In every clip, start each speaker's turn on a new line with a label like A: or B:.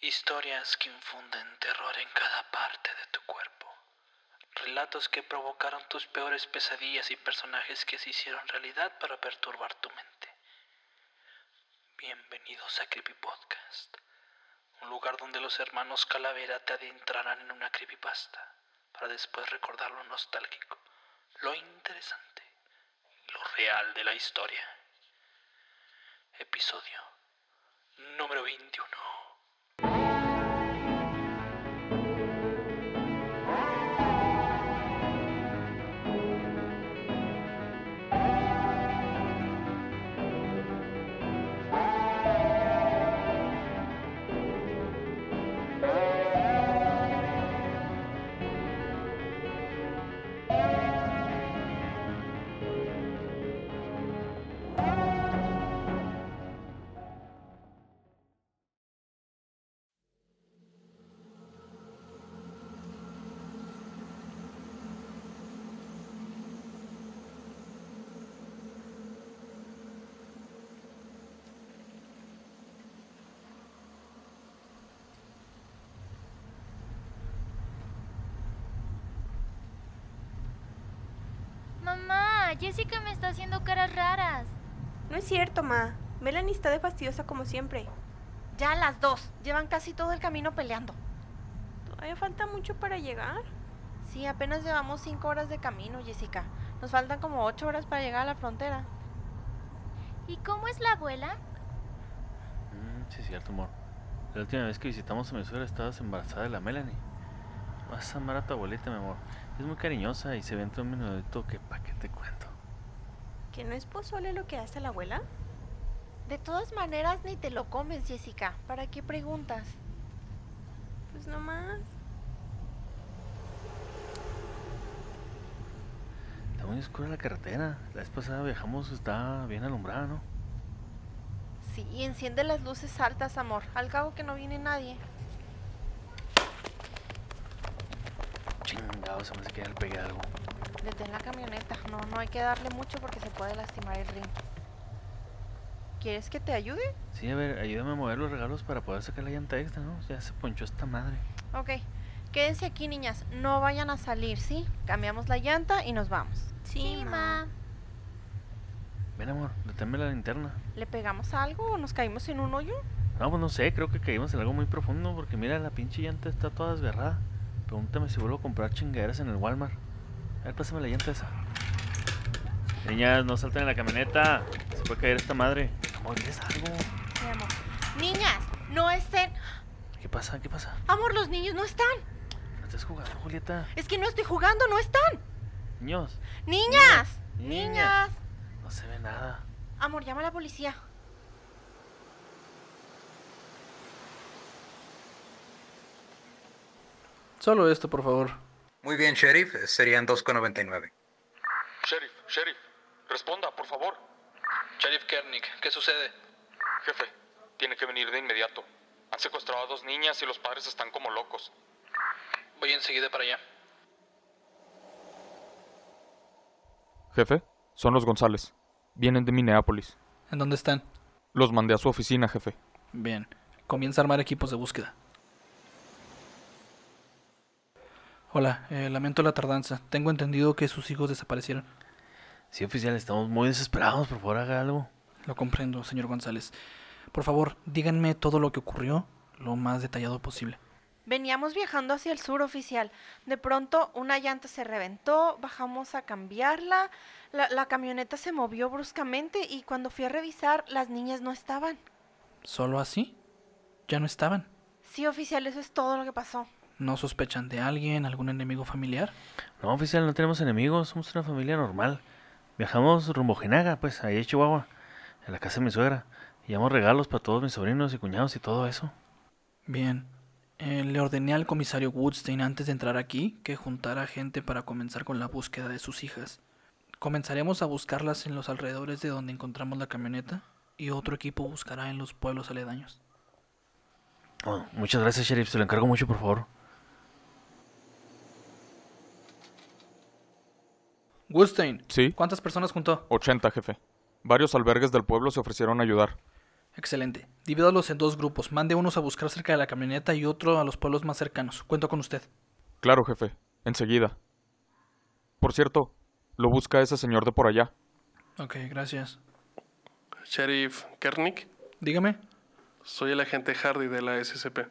A: Historias que infunden terror en cada parte de tu cuerpo. Relatos que provocaron tus peores pesadillas y personajes que se hicieron realidad para perturbar tu mente. Bienvenidos a Creepy Podcast, un lugar donde los hermanos Calavera te adentrarán en una creepypasta para después recordar lo nostálgico, lo interesante, y lo real de la historia. Episodio número 21.
B: Mamá, Jessica me está haciendo caras raras.
C: No es cierto, ma. Melanie está de fastidiosa como siempre.
D: Ya las dos. Llevan casi todo el camino peleando.
C: Todavía falta mucho para llegar.
D: Sí, apenas llevamos cinco horas de camino, Jessica. Nos faltan como ocho horas para llegar a la frontera.
B: ¿Y cómo es la abuela?
E: Mm, sí, es cierto, amor. La última vez que visitamos a mi suegra estabas embarazada de la Melanie. Vas a amar a tu abuelita, mi amor. Es muy cariñosa y se ve entre un menudito que pa' qué te cuento.
C: ¿Que no es pozole lo que hace la abuela?
D: De todas maneras, ni te lo comes, Jessica. ¿Para qué preguntas?
C: Pues no más.
E: Está muy oscura la carretera. La vez pasada viajamos, está bien alumbrada, ¿no?
D: Sí, y enciende las luces altas, amor. Al cabo que no viene nadie.
E: Chingado, se me hace que ya le pegué algo.
D: Detén la camioneta. No, no hay que darle mucho porque se puede lastimar el ring. ¿Quieres que te ayude?
E: Sí, a ver, ayúdame a mover los regalos para poder sacar la llanta extra, ¿no? Ya se ponchó esta madre.
D: Ok. Quédense aquí, niñas. No vayan a salir, ¿sí? Cambiamos la llanta y nos vamos.
B: Sí, ma.
E: Ven, amor, deténme la linterna.
D: ¿Le pegamos a algo o nos caímos en un hoyo?
E: No, pues no sé, creo que caímos en algo muy profundo porque mira, la pinche llanta está toda desgarrada. Pregúntame si vuelvo a comprar chingaderas en el Walmart. A ver, pásame la llanta esa. Niñas, no salten en la camioneta. Se puede caer esta madre. Amor, ¿es algo?
D: Sí, amor. Niñas, no estén.
E: ¿Qué pasa? ¿Qué pasa?
D: Amor, los niños no están.
E: ¿No estás jugando, Julieta?
D: Es que no estoy jugando, no están.
E: Niños,
D: Niñas.
E: Niña.
D: Niñas.
E: no se ve nada.
D: Amor, llama a la policía.
F: Solo esto, por favor.
G: Muy bien, Sheriff, eh, serían 2,99.
H: Sheriff, sheriff, responda, por favor.
A: Sheriff Kernick, ¿qué sucede?
H: Jefe, tiene que venir de inmediato. Han secuestrado a dos niñas y los padres están como locos.
A: Voy enseguida para allá.
I: Jefe, son los González. Vienen de Minneapolis.
F: ¿En dónde están?
I: Los mandé a su oficina, jefe.
F: Bien. Comienza a armar equipos de búsqueda. Hola, eh, lamento la tardanza. Tengo entendido que sus hijos desaparecieron.
E: Sí, oficial, estamos muy desesperados. Por favor, haga algo.
F: Lo comprendo, señor González. Por favor, díganme todo lo que ocurrió lo más detallado posible.
D: Veníamos viajando hacia el sur oficial. De pronto una llanta se reventó, bajamos a cambiarla, la, la camioneta se movió bruscamente y cuando fui a revisar las niñas no estaban.
F: ¿Solo así? Ya no estaban.
D: Sí, oficial, eso es todo lo que pasó.
F: ¿No sospechan de alguien, algún enemigo familiar?
E: No, oficial, no tenemos enemigos. Somos una familia normal. Viajamos rumbo a Jinaga, pues, ahí en Chihuahua. En la casa de mi suegra. Llevamos regalos para todos mis sobrinos y cuñados y todo eso.
F: Bien. Eh, le ordené al comisario Woodstein antes de entrar aquí que juntara gente para comenzar con la búsqueda de sus hijas. Comenzaremos a buscarlas en los alrededores de donde encontramos la camioneta y otro equipo buscará en los pueblos aledaños.
E: Oh, muchas gracias, sheriff. Se lo encargo mucho, por favor.
F: Woodstein,
I: Sí.
F: ¿cuántas personas juntó?
I: 80, jefe. Varios albergues del pueblo se ofrecieron a ayudar.
F: Excelente. Divídalos en dos grupos. Mande unos a buscar cerca de la camioneta y otro a los pueblos más cercanos. Cuento con usted.
I: Claro, jefe. Enseguida. Por cierto, lo busca ese señor de por allá.
F: Ok, gracias.
J: Sheriff Kernick,
F: Dígame.
J: soy el agente Hardy de la SCP.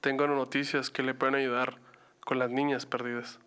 J: Tengo noticias que le pueden ayudar con las niñas perdidas.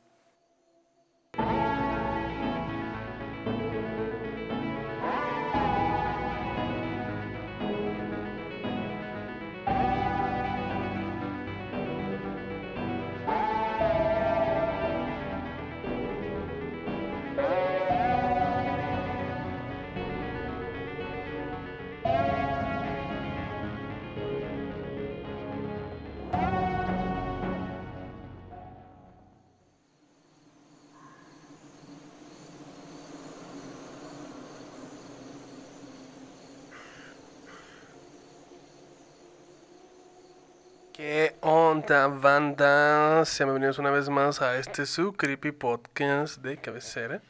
J: ¿Qué onda, banda? Sean bienvenidos una vez más a este su creepy podcast de cabecera.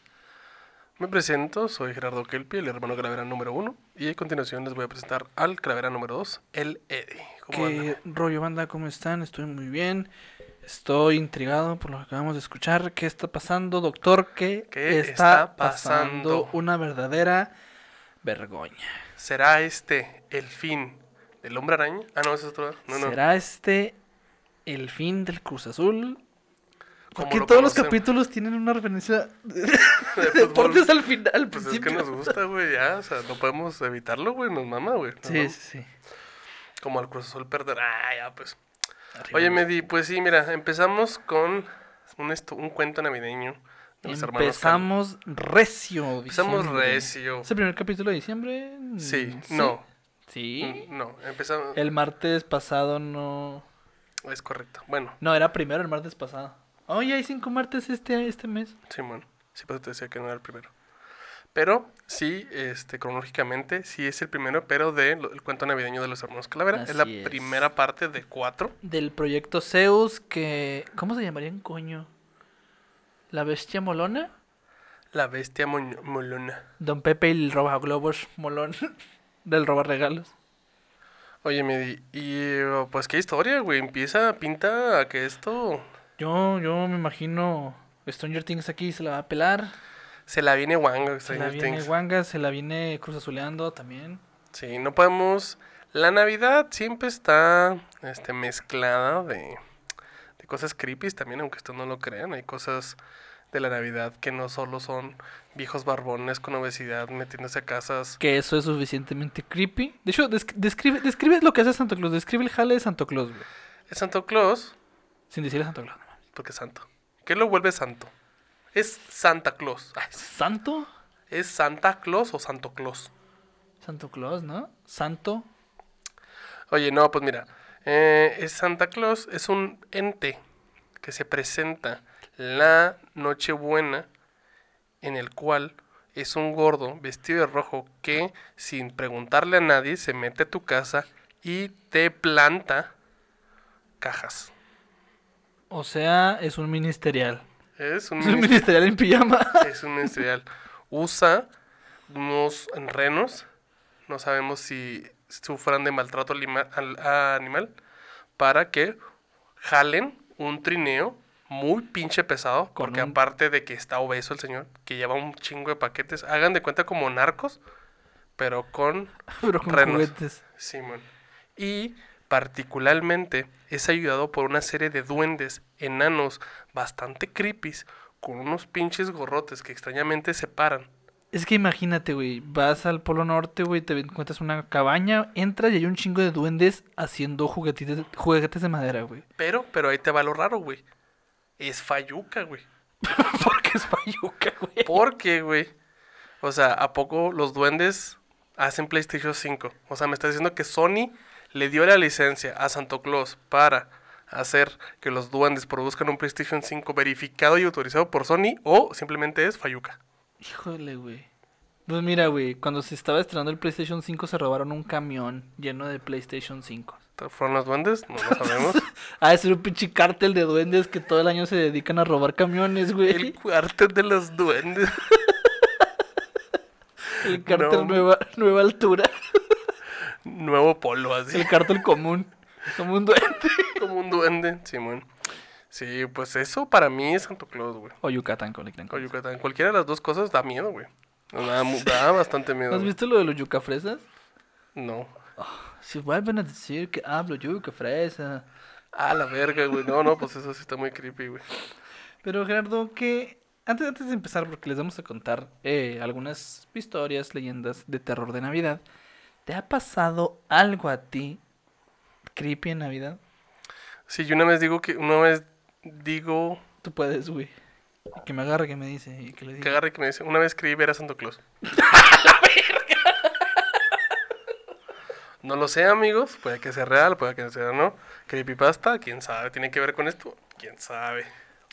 J: Me presento, soy Gerardo Kelpi, el hermano calavera número uno. Y a continuación les voy a presentar al calavera número dos, el Eddie. ¿Cómo
F: ¿Qué
J: andan?
F: rollo banda? ¿Cómo están? Estoy muy bien. Estoy intrigado por lo que acabamos de escuchar. ¿Qué está pasando, doctor? ¿Qué,
J: ¿Qué
F: está,
J: está
F: pasando?
J: pasando?
F: Una verdadera vergüenza.
J: ¿Será este el fin del hombre araña? Ah, no, ese es otro. No, no.
F: ¿Será este el fin del Cruz Azul?
J: Como
F: Porque
J: lo
F: todos los
J: conocemos.
F: capítulos tienen una referencia de
J: De fútbol.
F: deportes al final, al
J: Pues es
F: principio.
J: que nos gusta, güey, ya. O sea, no podemos evitarlo, güey. Nos mama, güey. nos
F: Sí,
J: mama.
F: sí, sí.
J: Como al Cruz Azul perder. Ah, ya, pues.
F: Arriba.
J: Oye, Medi, pues sí, mira, empezamos con un, esto- un cuento navideño de los hermanos.
F: Empezamos recio.
J: Empezamos
F: diciembre.
J: recio.
F: ¿Es el primer capítulo de diciembre? Mm,
J: Cal- Sí, no. Mm.
F: Sí.
J: No, empezamos.
F: El martes pasado no.
J: Es correcto. Bueno,
F: No, era primero el martes pasado. Oye, Oh, hay cinco martes este, este mes.
J: Simón. Sí, pues te decía que no era el primero. Pero sí, este, cronológicamente, sí es el primero, pero del cuento navideño de los hermanos Calavera. es la
F: Así es.
J: primera parte de cuatro.
F: Del proyecto Zeus que. ¿Cómo se llamarían, coño? ¿La bestia molona?
J: La bestia moñ- molona.
F: Don Pepe y el roba globos molón. Del roba regalos.
J: Oye, Medi, y eh, pues qué historia, güey. Empieza, pinta a que esto
F: Yo, yo me imagino. Stranger Things aquí se la va a pelar.
J: se la viene guanga.
F: Se la
J: Stranger
F: viene
J: Things.
F: Wanga, se la viene cruzazuleando también.
J: Sí, no podemos. La Navidad siempre está este, mezclada de, de cosas creepy también, aunque ustedes no lo crean. Hay cosas de la Navidad que no solo son viejos barbones con obesidad metiéndose a casas.
F: Que eso es suficientemente creepy. De hecho, desc- describe, describe lo que hace Santo Claus. Describe el jale de Santo Claus, güey.
J: Es Santo Claus,
F: Sin decirle Santo Claus. no mames.
J: porque es santo. ¿Qué lo vuelve santo? Es Santa Claus. Ah, es-
F: ¿Santo?
J: ¿Es Santa Claus o Santo Claus?
F: Santo Claus, ¿no? Santo.
J: Oye, no, pues mira, eh, es Santa Claus es un ente que se presenta la Nochebuena, en el cual es un gordo vestido de rojo que, sin preguntarle a nadie, se mete a tu casa y te planta cajas.
F: O sea, es un ministerial.
J: Es un,
F: Es un
J: minis-
F: ministerial en pijama.
J: es un ministerial. Usa unos renos, no sabemos si sufran de maltrato alima- al- a animal, para que jalen un trineo muy pinche pesado,
F: Con
J: porque
F: un-
J: aparte de que está obeso el señor, que lleva un chingo de paquetes, hagan de cuenta como narcos, pero con
F: Pero con
J: Renos.
F: juguetes.
J: Simón. Y particularmente es ayudado por una serie de duendes enanos bastante creepies con unos pinches gorrotes que extrañamente se paran.
F: Es que imagínate, güey. Vas al Polo Norte, güey. Te encuentras una cabaña. Entras y hay un chingo de duendes haciendo juguetitos, juguetes de madera, güey.
J: Pero, pero ahí te va lo raro, güey. Es Fayuca, güey.
F: Porque es payuca, güey.
J: ¿Por qué, güey? O sea, ¿a poco los duendes hacen PlayStation 5? O sea, me está diciendo que Sony le dio la licencia a Santo Claus para hacer que los duendes produzcan un PlayStation 5 verificado y autorizado por Sony o simplemente es Fayuca.
F: Híjole, güey. Pues mira, güey. Cuando se estaba estrenando el PlayStation 5, se robaron un camión lleno de PlayStation 5.
J: ¿Fueron los duendes? No lo sabemos.
F: Ah, es un pinche cártel de duendes que todo el año se dedican a robar camiones, güey.
J: El
F: El,
J: cuartel de los duendes.
F: cártel
J: no.
F: nueva, nueva altura.
J: Nuevo polo, así.
F: El cartel común. Como un duende.
J: Como un duende, Simón. Sí, pues eso para mí es Santo Claus, güey.
F: O Yucatán con el
J: O Yucatán. Cualquiera de las dos cosas da miedo, güey. Da, mu- da bastante miedo.
F: ¿Has
J: güey.
F: visto lo de los yucafresas?
J: No.
F: Si vuelven a decir que hablo yucafresa.
J: A la verga, güey. No, no, pues eso sí está muy creepy, güey.
F: Pero Gerardo, que antes, antes de empezar, porque les vamos a contar eh, algunas historias, leyendas de terror de Navidad, ¿te ha pasado algo a ti creepy en Navidad?
J: Sí, yo una vez digo que, una vez digo,
F: Tú puedes, güey. Que me agarre, que me dice y que le diga.
J: que agarre que me dice, una vez creí ver a Santo Claus. No lo sé, amigos. Puede que sea real, puede que sea no. Creepypasta, quién sabe. ¿Tiene que ver con esto? Quién sabe.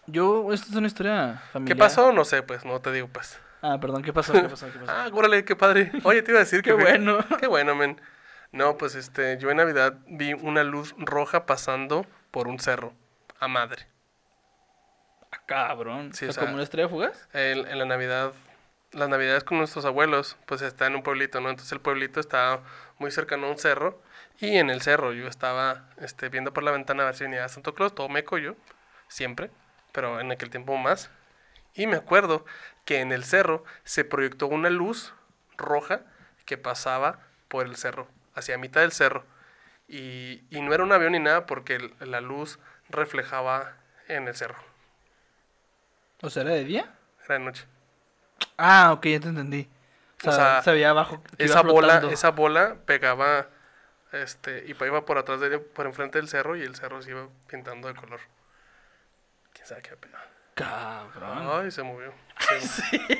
F: Yo, esto es una historia familiar.
J: ¿Qué pasó? No sé, pues. No te digo, pues.
F: Ah, perdón, ¿qué pasó? ¿Qué pasó? ¿Qué pasó?
J: Ah, órale, qué padre. Oye, te iba a decir
F: Qué
J: que. fue-
F: bueno.
J: Qué bueno, men. No, pues este, yo en Navidad vi una luz roja pasando por un cerro. A madre.
F: Ah, cabrón.
J: Sí,
F: o
J: o
F: sea,
J: sea-
F: como una estrella fugaz.
J: El- en la Navidad, las Navidades con nuestros abuelos, pues está en un pueblito, ¿no? Entonces el pueblito está muy cercano a un cerro. Y en el cerro yo estaba este, viendo por la ventana a ver si venía Santo Claus, todo meco yo, siempre, pero en aquel tiempo más. Y me acuerdo que en el cerro se proyectó una luz roja que pasaba por el cerro, hacia mitad del cerro. Y, y no era un avión ni nada porque el- la luz reflejaba en el cerro.
F: O sea, ¿era de día?
J: Era de noche.
F: Ah, ok, ya te entendí. O sea,
J: O sea,
F: se veía abajo. que iba
J: esa bola,
F: flotando.
J: esa bola pegaba este y pa- iba por atrás de, por enfrente del cerro y el cerro se iba pintando de color. Quién sabe qué pedo.
F: Cabrón.
J: Ay, se movió. Se movió.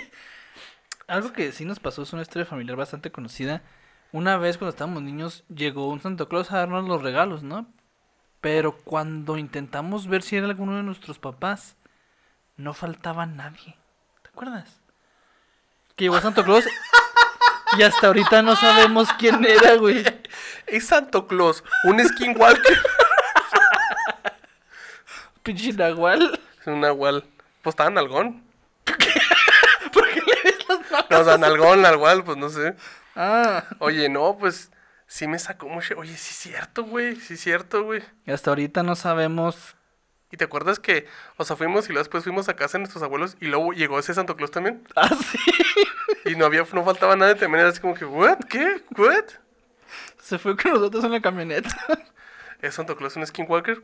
F: Algo que sí nos pasó es una historia familiar bastante conocida. Una vez cuando estábamos niños llegó un Santo Claus a darnos los regalos, ¿no? Pero cuando intentamos ver si era alguno de nuestros papás, no faltaba nadie. ¿Te acuerdas? Que llegó Santo Claus y hasta ahorita no sabemos quién era, güey.
J: Es Santo Claus, un skinwalker,
F: Pinche nahual.
J: Es un nahual. Pues estaba nalgón.
F: ¿Por qué le ves las manos?
J: No, o sea, nalgón, nalgual, pues no sé.
F: Ah.
J: Oye, no, pues sí me sacó mucho. Oye, sí es cierto, güey, sí es cierto, güey.
F: Y hasta ahorita no sabemos.
J: ¿Y te acuerdas que, o sea, fuimos y luego después fuimos a casa de nuestros abuelos y luego llegó ese Santo Claus también?
F: Ah, sí.
J: Y no había, no faltaba nada de temer, era así como que, ¿what? ¿Qué? ¿What?
F: Se fue con nosotros en la camioneta.
J: ¿Es Santo Claus un skinwalker?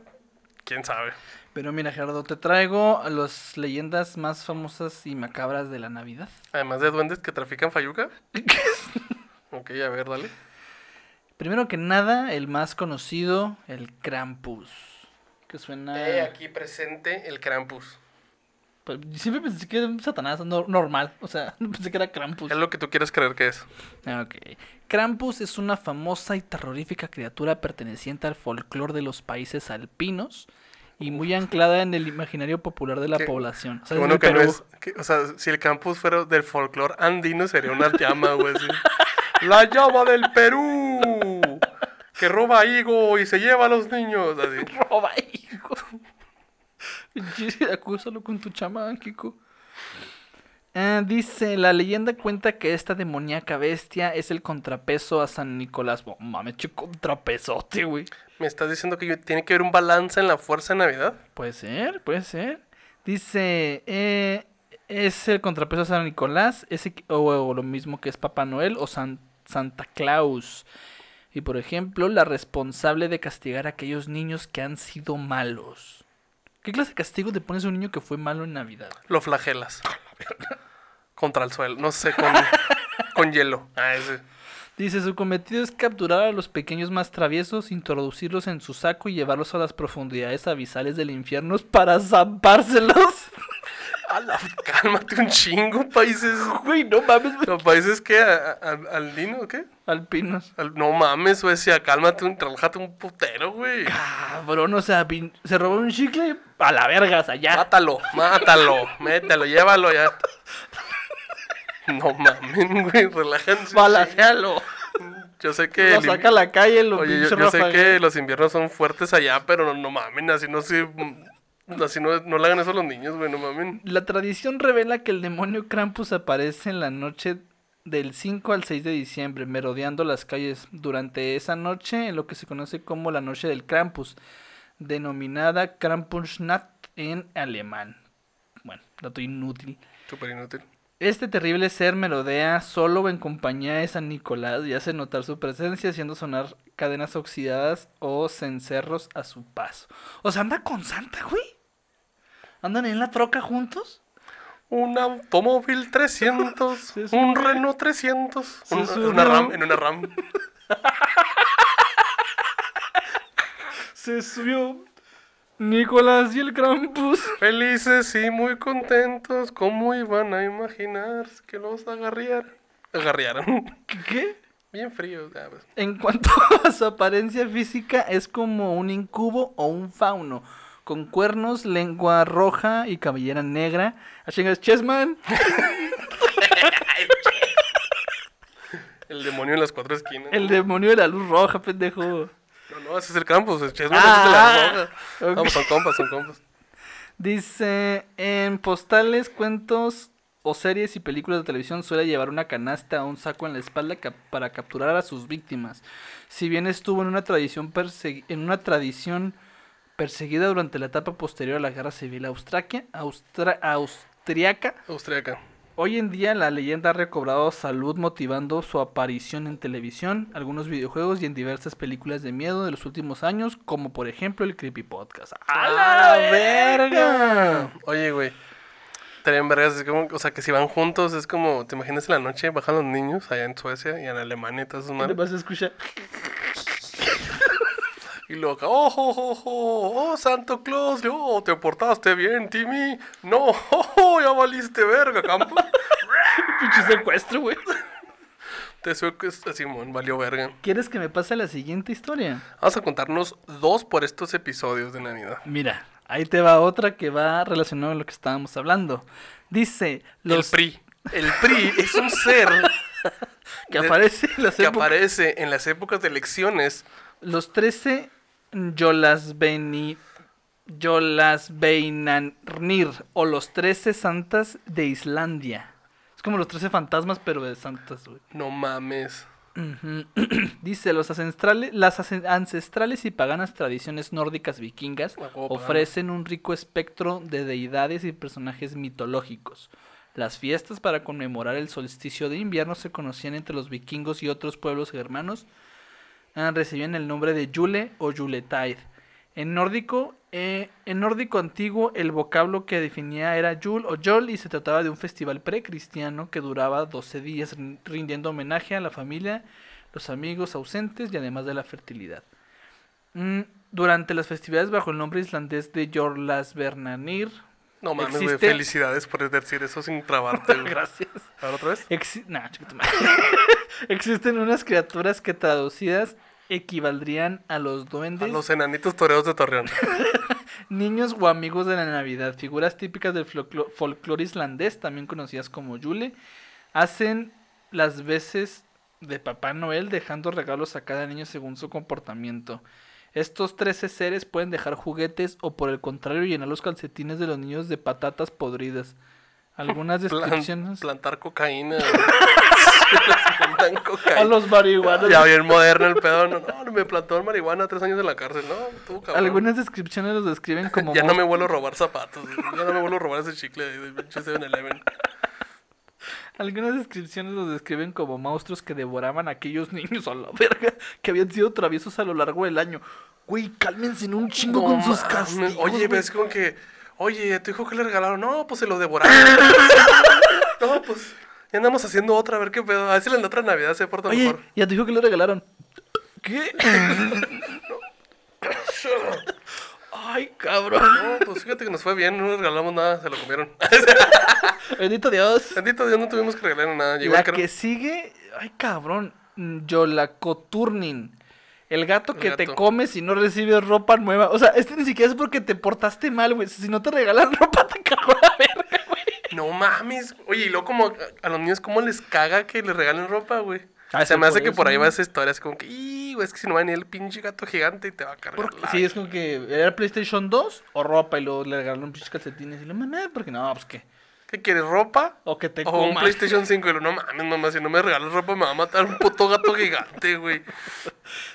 J: ¿Quién sabe?
F: Pero mira, Gerardo, te traigo las leyendas más famosas y macabras de la Navidad.
J: Además de duendes que trafican fayuca. ok, a ver, dale.
F: Primero que nada, el más conocido, el Krampus. Que suena.
J: He aquí presente el Krampus.
F: Pues, Siempre pensé que era un Satanás no- normal. O sea, pensé que era Krampus.
J: Es lo que tú quieres creer que es.
F: Ok. Krampus es una famosa y terrorífica criatura perteneciente al folclore de los países alpinos y muy anclada en el imaginario popular de la
J: Qué-
F: población. O sea,
J: Qué
F: es
J: bueno
F: de
J: que no
F: Perú.
J: es. que- o sea, si el Krampus fuera del folclore andino, sería una llama, güey. así. ¡La llama del Perú! Que roba higo y se lleva a los niños. Así.
F: roba, hijo. Oh, Pinche, Acúsalo con tu chamán, Kiko. Ah, dice, la leyenda cuenta que esta demoníaca bestia es el contrapeso a San Nicolás. Oh, mames, che contrapesote, güey.
J: ¿Me estás diciendo que yo- tiene que haber un balance en la fuerza de Navidad?
F: Puede ser, puede ser. Dice, eh, es el contrapeso a San Nicolás, es equi- o, o lo mismo que es Papá Noel o San- Santa Claus. Y por ejemplo, la responsable de castigar a aquellos niños que han sido malos. ¿Qué clase de castigo te pones a un niño que fue malo en Navidad?
J: Lo flagelas. Contra el suelo, no sé, con, con hielo. Ah, ese.
F: Dice, su cometido es capturar a los pequeños más traviesos, introducirlos en su saco y llevarlos a las profundidades abisales del infierno para zampárselos.
J: A la- cálmate un chingo, países.
F: Güey, no mames, güey.
J: ¿Los países qué? ¿A- a- al- ¿Aldino o qué?
F: alpinos.
J: Al- no mames, Suecia, cálmate un, relájate un putero, güey.
F: Cabrón, o sea, pin- se robó un chicle a la verga, o sea, ya.
J: Mátalo, mátalo, mételo, llévalo ya. No mames, güey, relájense.
F: Balacealo.
J: Yo sé que.
F: Lo
J: el in-
F: saca a la calle, lo
J: Oye, yo,
F: pinche
J: yo sé
F: Rafa,
J: que
F: güey.
J: los inviernos son fuertes allá, pero no, no mamen, así no se. Así no, no le hagan eso a los niños, güey, no mamen.
F: La tradición revela que el demonio Krampus aparece en la noche del 5 al 6 de diciembre, merodeando las calles durante esa noche en lo que se conoce como la Noche del Krampus, denominada Krampusnacht en alemán. Bueno, dato inútil.
J: Súper inútil.
F: Este terrible ser melodea solo en compañía de San Nicolás y hace notar su presencia haciendo sonar cadenas oxidadas o cencerros a su paso. O sea, anda con Santa, güey. ¿Andan en la troca juntos?
J: Un automóvil 300,
F: Se
J: un
F: sube.
J: Renault 300,
F: Se
J: un-
F: sube
J: una RAM,
F: un-
J: en una RAM.
F: Se subió Nicolás y el Krampus.
J: Felices y muy contentos, ¿cómo iban a imaginar que los agarriaran? Agarriaran.
F: ¿Qué?
J: Bien fríos, ya pues. ves.
F: En cuanto a su apariencia física, es como un incubo o un fauno. Con cuernos, lengua roja y cabellera negra. A chingas, Chessman.
J: El demonio en las cuatro esquinas.
F: El demonio de la luz roja, pendejo.
J: No, no, ese es el Krampus, el Chessman
F: Ah,
J: es el de las hojas.
F: ok.
J: Vamos, son compas, son compas.
F: Dice, en postales, cuentos o series y películas de televisión suele llevar una canasta o un saco en la espalda cap- para capturar a sus víctimas. Si bien estuvo en una tradición persegui- en una tradición perseguida durante la etapa posterior a la Guerra Civil Austraquia- austra- austriaca,
J: Austriaca.
F: Hoy en día la leyenda ha recobrado salud motivando su aparición en televisión, algunos videojuegos y en diversas películas de miedo de los últimos años, como por ejemplo el Creepy Podcast. ¡A la verga!
J: Oye, güey. Estarían vergas, es como, o sea, que si van juntos es como, ¿te imaginas en la noche? Bajan los niños allá en Suecia y en Alemania y todas esas madres.
F: vas a escuchar?
J: Y luego acá, oh, oh, oh, oh, oh, Santo Claus, oh, te portaste bien, Timmy. No, oh, oh, ya valiste verga, campo.
F: Pinche secuestro, güey.
J: te suelto este Simón, valió verga.
F: ¿Quieres que me pase a la siguiente historia?
J: Vamos a contarnos dos por estos episodios de Navidad.
F: Mira, ahí te va otra que va relacionada a lo que estábamos hablando. Dice, los
J: El PRI. El PRI es un ser
F: que
J: de-
F: aparece en las
J: que
F: épocas-
J: aparece en las épocas de elecciones.
F: Los 13 Yolasbeni Yolasbeinanir o los 13 santas de Islandia. Es como los 13 fantasmas, pero de santas, güey.
J: No mames.
F: Ujú. Dice, los ancestrales, las ancen- ancestrales y paganas tradiciones nórdicas vikingas
J: A huevo, pagano.
F: ofrecen un rico espectro de deidades y personajes mitológicos. Las fiestas para conmemorar el solsticio de invierno se conocían entre los vikingos y otros pueblos germanos. Ah, recibían el nombre de Yule o Yuletide. En nórdico, eh, en nórdico antiguo, el vocablo que definía era Yul o Yol y se trataba de un festival precristiano que duraba 12 días rin- rindiendo homenaje a la familia, los amigos ausentes y además de la fertilidad. Mm, durante las festividades bajo el nombre islandés de Jorlasbernanir,
J: No mames, güey.
F: Existe-
J: Felicidades por decir eso sin trabarte. güey.
F: gracias.
J: A ver, otra vez.
F: Exi- nah, chica tu madre. Existen unas criaturas que traducidas equivaldrían a los
J: A
F: duendes.
J: los enanitos toreos de Torreón.
F: Niños o amigos de la Navidad, figuras típicas del folclo- folclore islandés, también conocidas como Yule, hacen las veces de Papá Noel dejando regalos a cada niño según su comportamiento. Estos 13 seres pueden dejar juguetes o por el contrario llenar los calcetines de los niños de patatas podridas. Algunas
J: Plan-
F: descripciones...
J: plantar cocaína. güey. Plantan cocaína.
F: a los marihuanos.
J: Ya bien moderno el pedo. No, no, me plantó marihuana tres años en la cárcel. No, tú, cabrón.
F: Algunas descripciones los describen como...
J: Ya no me vuelvo a robar zapatos. güey. Ya no me vuelvo a robar ese chicle de pinche 7-Eleven.
F: Algunas descripciones los describen como monstruos que devoraban a aquellos niños a la verga que habían sido traviesos a lo largo del año. Güey, cálmense en un chingo
J: No
F: con sus
J: mames.
F: castigos.
J: Oye,
F: güey.
J: ves con que. Oye, ¿a tu hijo que le regalaron? No, pues se lo devoraron. no, pues. Ya andamos haciendo otra, a ver qué pedo. A ver si en la otra Navidad se porta
F: Oye,
J: mejor.
F: ya te dijo que le regalaron. ¿Qué? Ay, cabrón.
J: No, pues fíjate que nos fue bien, no nos regalamos nada, se lo comieron.
F: Bendito Dios.
J: Bendito Dios, no tuvimos que regalar nada. Llegó
F: La
J: el cra-
F: que sigue, ay cabrón, Yolacoturnin. El gato
J: El
F: que te
J: gato.
F: comes si no recibes ropa nueva. O sea, este ni siquiera es porque te portaste mal, güey. Si no te regalan ropa, te cagó la verga, güey.
J: No mames. Oye, y luego como a, a los niños, ¿cómo les caga que les regalen ropa, güey?
F: Ah,
J: se
F: sí,
J: me hace
F: por
J: que
F: eso,
J: por ahí
F: ¿no?
J: va esa historia, es como que, "Ih, güey, es que si no va a venir el pinche gato gigante y te va a cargar.
F: Porque,
J: la-".
F: sí, es como que era PlayStation 2 o ropa y luego le regalaron pinches calcetines. Y le mamá, porque no, pues que
J: ¿Qué quieres? ¿Ropa?
F: O que te
J: O un
F: coma.
J: PlayStation 5. Y lo, no mames, mamá, si no me regalas ropa me va a matar un puto gato gigante, güey.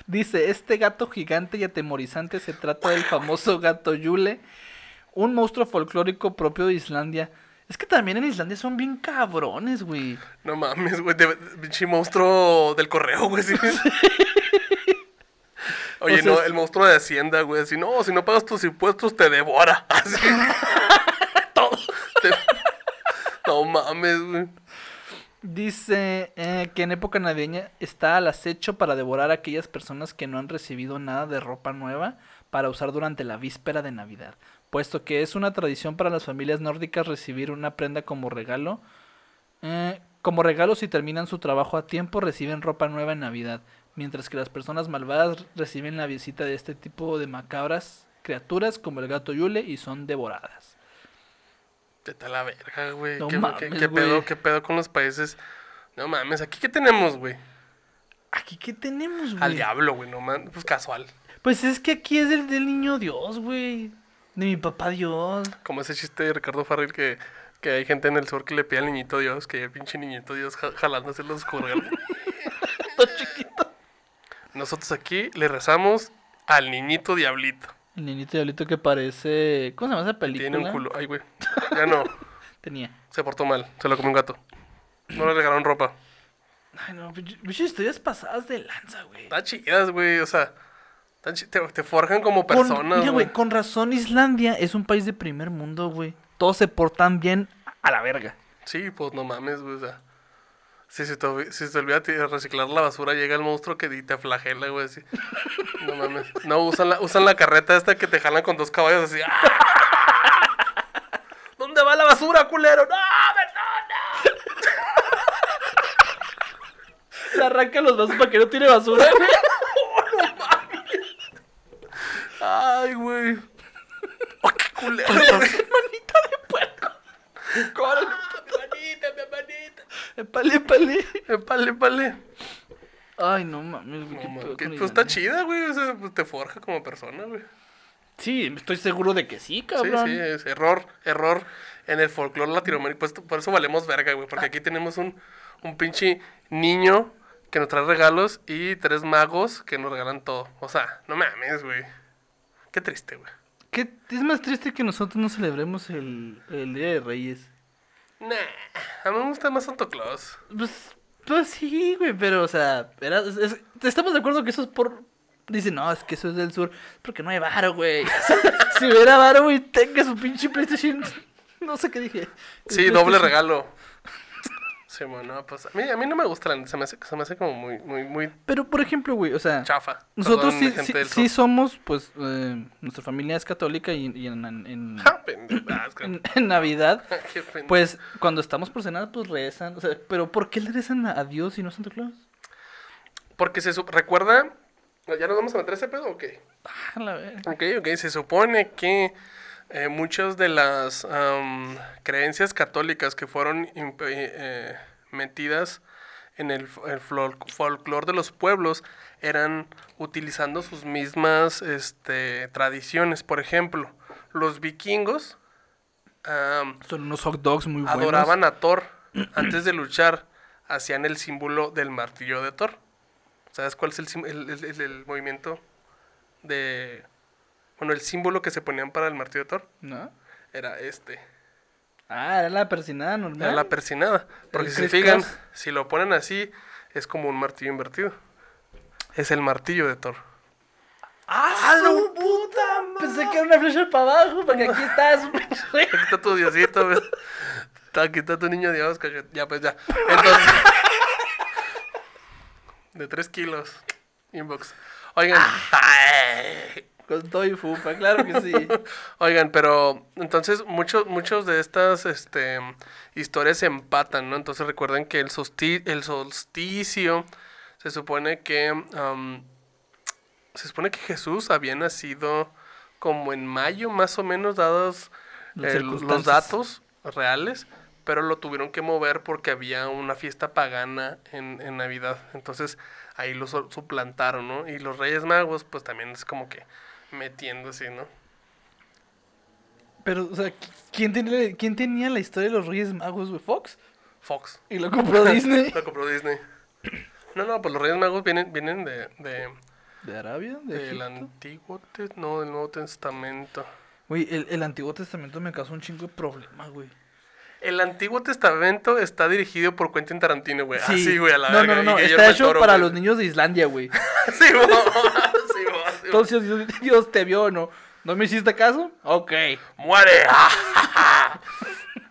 F: Dice, este gato gigante y atemorizante se trata del famoso gato Yule, un monstruo folclórico propio de Islandia. Es que también en Islandia son bien cabrones, güey.
J: No mames, güey. de- de- Pinche monstruo del correo, güey. ¿sí? Oye,
F: O sea,
J: no,
F: es-
J: el monstruo de Hacienda, güey. Así, no, si no pagas tus impuestos, te devora. Así. Todo. Te- No mames, güey.
F: Dice eh, que en época navideña está al acecho para devorar a aquellas personas que no han recibido nada de ropa nueva para usar durante la víspera de Navidad, puesto que es una tradición para las familias nórdicas recibir una prenda como regalo. Eh, como regalo si terminan su trabajo a tiempo reciben ropa nueva en Navidad, mientras que las personas malvadas reciben la visita de este tipo de macabras criaturas como el gato Yule y son devoradas.
J: Vete a la verga, güey.
F: No
J: ¿Qué,
F: mames,
J: qué- qué
F: güey.
J: pedo, qué pedo con los países? No mames, ¿aquí qué tenemos, güey?
F: ¿Aquí qué tenemos, güey?
J: Al diablo, güey, no mames. Pues casual.
F: Pues es que aquí es el del niño Dios, güey. De mi papá Dios.
J: Como ese chiste de Ricardo Farrell que, que hay gente en el sur que le pide al niñito Dios, que pinche niñito Dios ja- jalándose los correos.
F: Todo chiquito.
J: Nosotros aquí le rezamos al niñito diablito.
F: El niñito diablito que parece. ¿Cómo se llama esa película?
J: Tiene un culo. Ay, güey. Ya no.
F: Tenía.
J: Se portó mal. Se lo comió un gato. No le regalaron ropa.
F: Ay, no, pues, pinche pinches historias pasadas de lanza, güey.
J: Están chidas, güey. O sea, están chi- te, te forjan como
F: Con-
J: personas,
F: mira,
J: güey.
F: güey, con razón Islandia es un país de primer mundo, güey. Todos se portan bien a la verga.
J: Sí, pues no mames, güey. O sea, si se te, olvi- si se te olvida ti- reciclar la basura, llega el monstruo que di- te flagela, güey. así. No mames. No, usan la, usan la carreta esta que te jalan con dos caballos así. ¡Ah! ¿Dónde va la basura, culero? ¡No, perdona!
F: Le arranca los brazos para que no tire basura, güey.
J: Ay, güey. Oh, qué culero. pues.
F: manita de puerco. Corre, mi manita, mi manita. Epale, epale.
J: Epale, epale.
F: Ay, no mames, güey.
J: No,
F: qué
J: mames,
F: pedo
J: que-
F: con
J: pues está
F: Islandia.
J: chida, güey. O sea, pues, te forja como persona, güey.
F: Sí, estoy seguro de que sí,
J: Sí,
F: cabrón.
J: sí, es error, error en el folclore latinoamericano. Pues, por eso valemos verga, güey. Porque aquí tenemos un, un pinche niño que nos trae regalos y tres magos que nos regalan todo. O sea, no mames, güey. Qué triste, güey.
F: ¿Qué- es más triste que nosotros no celebremos el, el Día de Reyes.
J: Nah, a mí me gusta más Santo Claus.
F: Pues, pues sí, güey, pero, o sea, era- es- es- estamos de acuerdo que eso es por... Dice, no, es que eso es del sur, porque no hay varo, güey. si hubiera varo, güey, tenga su pinche PlayStation... No sé qué dije.
J: Sí,
F: El
J: doble
F: PlayStation.
J: regalo. Sí, bueno, no, pues a mí, a mí no me gusta, la neta, se me hace, se me hace como muy, muy, muy
F: Pero, por ejemplo, güey, o sea...
J: chafa.
F: Nosotros
J: Perdón,
F: sí,
J: gente
F: sí,
J: del
F: sí
J: sur.
F: somos, pues, eh, nuestra familia es católica y, y en, en-
J: Ja, pendejas,
F: en- en Navidad
J: Ah, qué pendejo.
F: Pues cuando estamos por cenar, pues rezan. O sea, pero ¿por qué le rezan a a Dios y no a Santa Claus?
J: Porque se sup- recuerda. ¿Ya nos vamos a meter a ese pedo o qué?
F: Ah, la ver-
J: Ok, ok. Se supone que eh, muchas de las am, creencias católicas que fueron imp- eh, eh, metidas en el, f- el folclore de los pueblos eran utilizando sus mismas este, tradiciones. Por ejemplo, los vikingos am,
F: Son unos hot dogs muy buenos.
J: adoraban a Thor antes de luchar. Hacían el símbolo del martillo de Thor. ¿Sabes cuál es el, sim- el- el- el- el movimiento de... Bueno, el símbolo que se ponían para el martillo de Thor
F: ¿No?
J: era este.
F: Ah, era la persinada normal.
J: Era la persinada. Porque
F: El
J: si se
F: criss
J: fijan,
F: cross.
J: si lo ponen así, es como un martillo invertido. Es el martillo de Thor.
F: ¡Ah, su puta Pensé que era una flecha para abajo, porque aquí está su
J: Aquí está tu diosito, ¿ves? Está- Aquí está tu niño dios, cachet- Ya, pues ya. Entonces. De 3 kilos. Inbox. Oigan.
F: Con todo y fupa, claro que sí.
J: Oigan, pero entonces muchos muchos de estas este, historias se empatan, ¿no? Entonces recuerden que el, sosti- el solsticio se supone que am, se supone que Jesús había nacido como en mayo más o menos dados
F: Las
J: eh, los
F: circunstancias.
J: datos reales, pero lo tuvieron que mover porque había una fiesta pagana en, en Navidad. Entonces ahí lo so- suplantaron, ¿no? Y los Reyes Magos pues también es como que metiendo así, ¿no?
F: Pero, o sea, ¿qui- ¿quién tenía, ¿quién tenía la historia de los Reyes Magos, güey? ¿Fox?
J: Fox.
F: Y lo compró Disney.
J: Lo compró Disney. No, no, pues los Reyes Magos vienen, vienen de, de-
F: ¿De Arabia? ¿De
J: del
F: Egipto?
J: Antiguo Testamento. No, del Nuevo Testamento.
F: Güey, el, el Antiguo Testamento me causó un chingo de problemas, güey.
J: El Antiguo Testamento está dirigido por Quentin Tarantino, güey. Así, güey, a la
F: No,
J: verga.
F: no,
J: y
F: no,
J: Guillermo
F: está
J: del
F: hecho
J: Toro,
F: para
J: güey.
F: los niños de Islandia, güey.
J: Sí, güey. Sí, güey, Ah, sí, güey.
F: Entonces, Dios, Dios te vio, ¿no? ¿No me hiciste caso? Ok.
J: ¡Muere! ¡Ah!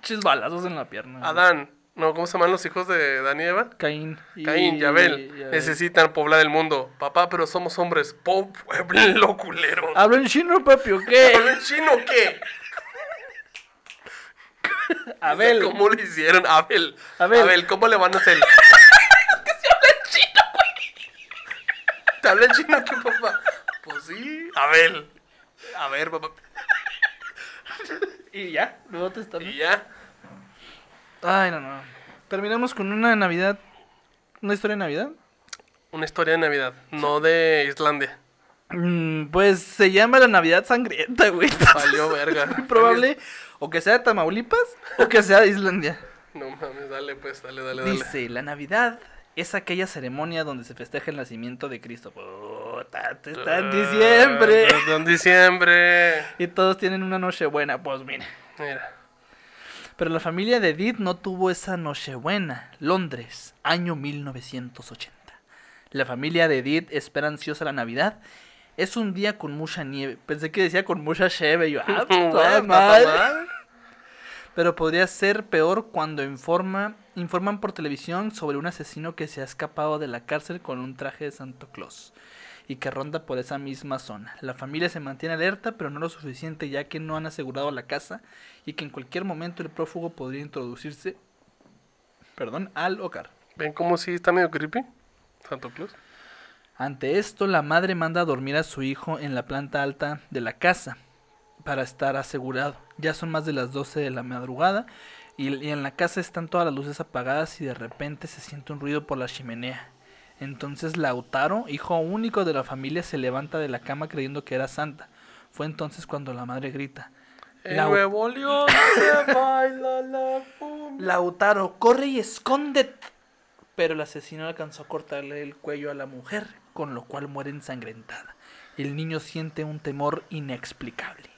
F: Chis balazos en la pierna. güey.
J: Adán. No, ¿cómo se llaman los hijos de Dan y Eva?
F: Caín. y-
J: Caín, Yabel. Necesitan poblar el mundo. Papá, pero somos hombres. Po, pueblo culero.
F: Hablo en chino, papi, ¿o qué?
J: ¿Habla en chino o qué?
F: Abel.
J: ¿Cómo le hicieron? Abel.
F: Abel.
J: Abel. ¿cómo le van a hacer? ¿Te habla en chino aquí, papá? Pues sí. Abel. A ver, papá.
F: Y ya, luego te están.
J: Y ya.
F: Ay, no, no. Terminamos con una Navidad. ¿Una historia de Navidad?
J: Una historia de Navidad. No de Islandia.
F: Mm, pues se llama la Navidad Sangrienta, güey.
J: Valió verga.
F: Es muy probable o que sea de Tamaulipas o que sea de Islandia.
J: No mames, dale, pues, dale, dale, dale.
F: Dice, la Navidad es aquella ceremonia donde se festeja el nacimiento de Cristo. Puta, te está en diciembre.
J: Ah, En diciembre.
F: Y todos tienen una noche buena, pues mira.
J: Mira.
F: Pero la familia de Edith no tuvo esa nochebuena. Londres, año 1980. La familia de Edith espera ansiosa la Navidad. Es un día con mucha nieve. Pensé que decía con mucha cheve. y Yo, ah, toda madre. Pero podría ser peor cuando informa, informan por televisión sobre un asesino que se ha escapado de la cárcel con un traje de Santo Claus y que ronda por esa misma zona. La familia se mantiene alerta, pero no lo suficiente ya que no han asegurado la casa y que en cualquier momento el prófugo podría introducirse perdón, al hogar.
J: ¿Ven cómo sí está medio creepy? Santo Claus.
F: Ante esto, la madre manda a dormir a su hijo en la planta alta de la casa para estar asegurado. Ya son más de las 12 de la madrugada y, y en la casa están todas las luces apagadas y de repente se siente un ruido por la chimenea. Entonces Lautaro, hijo único de la familia, se levanta de la cama creyendo que era Santa. Fue entonces cuando la madre grita.
J: En
F: Lau-
J: Nuevo León se baila la cumbia.
F: Lautaro, corre y escóndete. Pero el asesino alcanzó a cortarle el cuello a la mujer, con lo cual muere ensangrentada. El niño siente un temor inexplicable.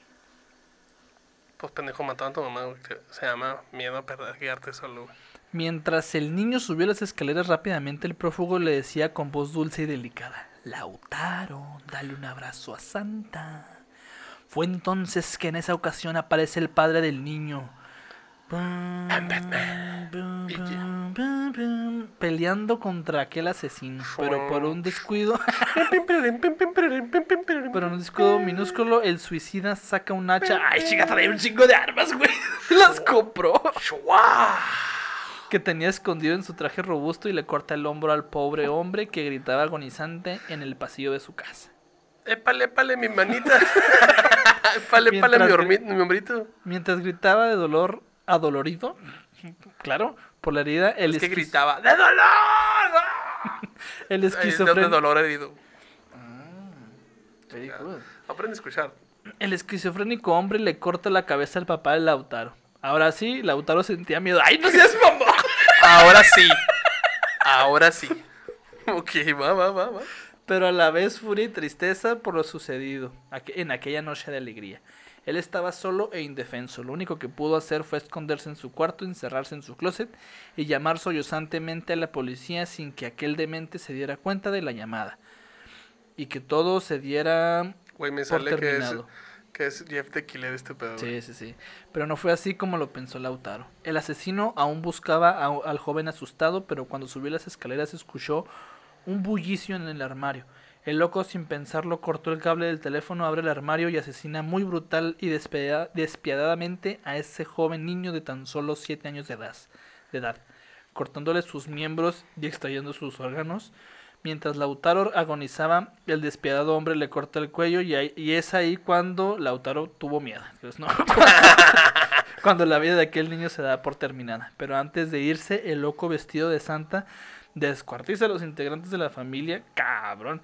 J: Pues pendejo, mataron a tu mamá, güey. Se llama miedo a perder, quedarte solo, güey.
F: Mientras el niño subió las escaleras rápidamente, el prófugo le decía con voz dulce y delicada, Lautaro, dale un abrazo a Santa. Fue entonces que en esa ocasión aparece el padre del niño. Bum, bum, bum, bum, bum, Peleando contra aquel asesino, pero por un descuido, pero un descuido minúsculo, el suicida saca un hacha. Ay, chica, trae un chingo de armas, güey. Las compró que tenía escondido en su traje robusto y le corta el hombro al pobre hombre que gritaba agonizante en el pasillo de su casa.
J: Épale, épale, mi manita. épale, épale,
F: Mientras
J: mi,
F: que-
J: hormi- mi hombrito.
F: Mientras gritaba de dolor adolorido, claro, por la herida, el,
J: Es que
F: esquiz-
J: gritaba, ¡de dolor!
F: el
J: Ay, de- de
F: esquizofrénico.
J: dolor herido. Aprende a escuchar.
F: El esquizofrénico hombre le corta la cabeza al papá de Lautaro. Ahora sí, Lautaro sentía miedo. ¡Ay, no seas mamá!
J: Ahora sí. Ahora sí. Ok, va, va, va, va.
F: Pero a la vez furia y tristeza por lo sucedido aqu- en aquella noche de alegría. Él estaba solo e indefenso. Lo único que pudo hacer fue esconderse en su cuarto, encerrarse en su closet y llamar sollozantemente a la policía sin que aquel demente se diera cuenta de la llamada. Y que todo se diera
J: Güey, me
F: por
J: sale que es,
F: terminado.
J: que es Jeff the Killer este pedo. güey.
F: Sí, sí, sí. Pero no fue así como lo pensó Lautaro. El asesino aún buscaba a- al joven asustado, pero cuando subió las escaleras escuchó un bullicio en el armario. El loco, sin pensarlo, cortó el cable del teléfono, abre el armario y asesina muy brutal y despeda- despiadadamente a ese joven niño de tan solo 7 años de edad, de edad, cortándole sus miembros y extrayendo sus órganos. Mientras Lautaro agonizaba, el despiadado hombre le corta el cuello y, ahí- y es ahí cuando Lautaro tuvo miedo. Entonces, no, cuando la vida de aquel niño se da por terminada. Pero antes de irse, el loco vestido de santa descuartiza a los integrantes de la familia, cabrón.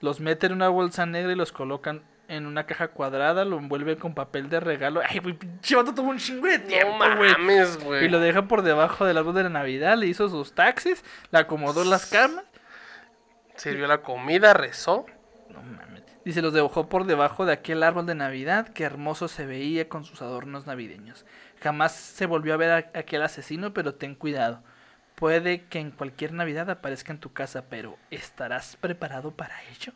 F: Los mete en una bolsa negra y los colocan en una caja cuadrada, lo envuelve con papel de regalo. Ay, güey, pinche vato tuvo un chingo de
J: No
F: tiempo, güey.
J: mames,
F: Y lo
J: güey.
F: deja por debajo del árbol de la Navidad, le hizo sus taxis, le acomodó las camas.
J: Sirvió la comida, rezó.
F: No mames. Dice, los dibujó por debajo de aquel árbol de Navidad que hermoso se veía con sus adornos navideños. Jamás se volvió a ver a aquel asesino, pero ten cuidado. Puede que en cualquier Navidad aparezca en tu casa, pero ¿estarás preparado para ello?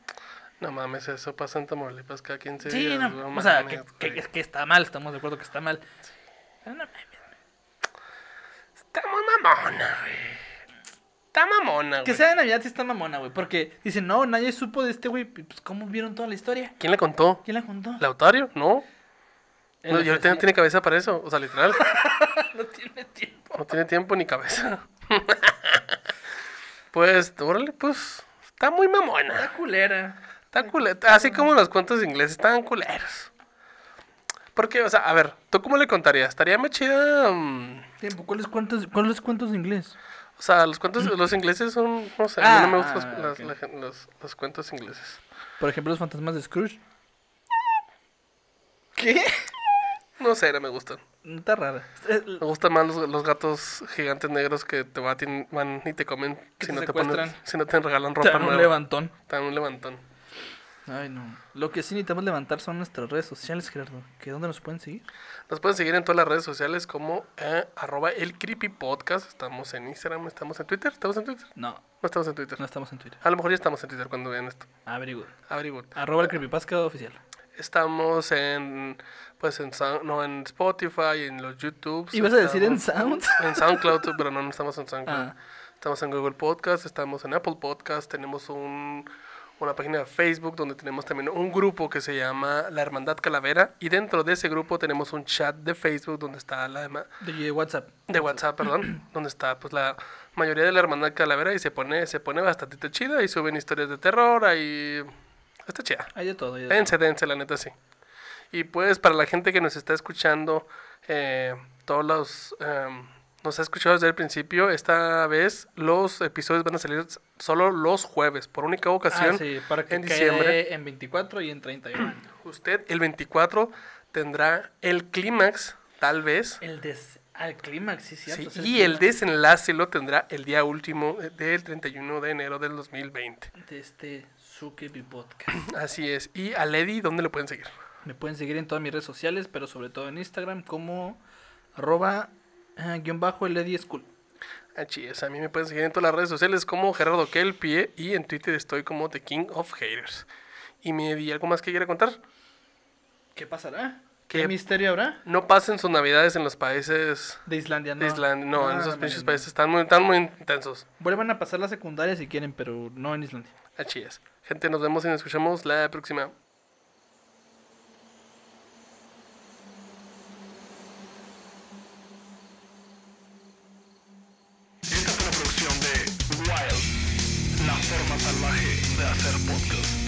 J: No mames, eso pasa en Tamaulipas cada 15
F: Sí,
J: días.
F: no,
J: no
F: o sea, que,
J: mames,
F: que-
J: güey.
F: que- que está mal, estamos de acuerdo que está mal. Pero no mames.
J: Está muy mamona, güey. Está mamona,
F: Que
J: güey.
F: sea de Navidad sí está mamona, güey, porque dicen, no, nadie supo de este güey, pues ¿cómo vieron toda la historia?
J: ¿Quién le contó?
F: ¿Quién la contó?
J: ¿Lautario? No.
F: El
J: No, y ahorita no
F: asesino.
J: tiene cabeza para eso. O sea, literal.
F: No tiene tiempo.
J: No tiene tiempo ni cabeza. pues, órale, pues. Está muy mamona.
F: Está culera.
J: Está culeta. Así como los cuentos ingleses están culeros. Porque, o sea, a ver, ¿tú cómo le contarías? Estaría más chida. mm,
F: Tiempo, ¿cuáles cuentos, ¿cuáles cuentos de inglés?
J: o sea, los cuentos, los ingleses son. No sé, a mí no me
F: Ah,
J: gustan los,
F: ah,
J: las-
F: ok.
J: la gen- los- los cuentos ingleses.
F: Por ejemplo, los fantasmas de Scrooge. ¿Qué?
J: No sé, no me gustan.
F: Está rara. Eh,
J: Me gustan más los, los gatos gigantes negros que te baten- van y te comen
F: Que te
J: si no te, ponen,
F: secuestran.
J: si no te regalan ropa
F: Está en un
J: nueva.
F: levantón.
J: Te dan un levantón.
F: Ay, no. Lo que sí necesitamos levantar son nuestras redes sociales, Gerardo. ¿Que dónde nos pueden seguir?
J: Nos pueden seguir en todas las redes sociales como eh, arroba el creepy podcast. Estamos en Instagram, estamos en Twitter, estamos en Twitter.
F: No,
J: No estamos en Twitter.
F: no estamos en Twitter.
J: A lo mejor ya estamos en Twitter cuando vean esto.
F: Averigüe.
J: Averigüen.
F: Arroba el creepypasta oficial.
J: Estamos en pues en Sound- no en Spotify, en los YouTubes.
F: ¿Ibas a decir en
J: estamos-
F: Sound?
J: En SoundCloud, pero no, no estamos en SoundCloud.
F: Ah.
J: Estamos en Google Podcast, estamos en Apple Podcast, tenemos un, una página de Facebook donde tenemos también un grupo que se llama La Hermandad Calavera y dentro de ese grupo tenemos un chat de Facebook donde está la herma-
F: De WhatsApp.
J: de WhatsApp, perdón, donde está pues la mayoría de la hermandad calavera y se pone se pone bastante chida y suben historias de terror, ahí está chida.
F: Hay de todo. hay de todo.
J: Dense, dense, la neta sí. Y pues para la gente que nos está escuchando, eh, todos los... em, nos ha escuchado desde el principio, esta vez los episodios van a salir s- solo los jueves, por única ocasión.
F: Ah, sí, para que
J: en diciembre.
F: quede en 24 y en 31.
J: Usted el 24 tendrá el clímax, tal vez.
F: el des... Al clímax, sí, cierto.
J: sí,
F: es el
J: y el
F: clímax
J: desenlace lo tendrá el día último eh, del 31 de enero del 2020.
F: De este Sukebi Podcast.
J: Así es. ¿Y a Lady dónde lo pueden seguir?
F: Me pueden seguir en todas mis redes sociales, pero sobre todo en Instagram como arroba eh, guión bajo el Lady School.
J: Así es, a mí me pueden seguir en todas las redes sociales como Gerardo Kelpie y en Twitter estoy como The King of Haters. Y me di algo más que quiera contar.
F: ¿Qué pasará? ¿Qué,
J: ¿Qué-
F: misterio habrá?
J: No pasen sus navidades en los países
F: De Islandia, no.
J: de Islandia. No, en
F: Ah,
J: esos
F: no,
J: pinches
F: no.
J: países están muy, están muy intensos.
F: Vuelvan a pasar la secundaria si quieren, pero no en Islandia.
J: Así es. Gente, nos vemos y nos escuchamos la próxima.
A: Esta es una producción de Wild, la forma salvaje de hacer podcast.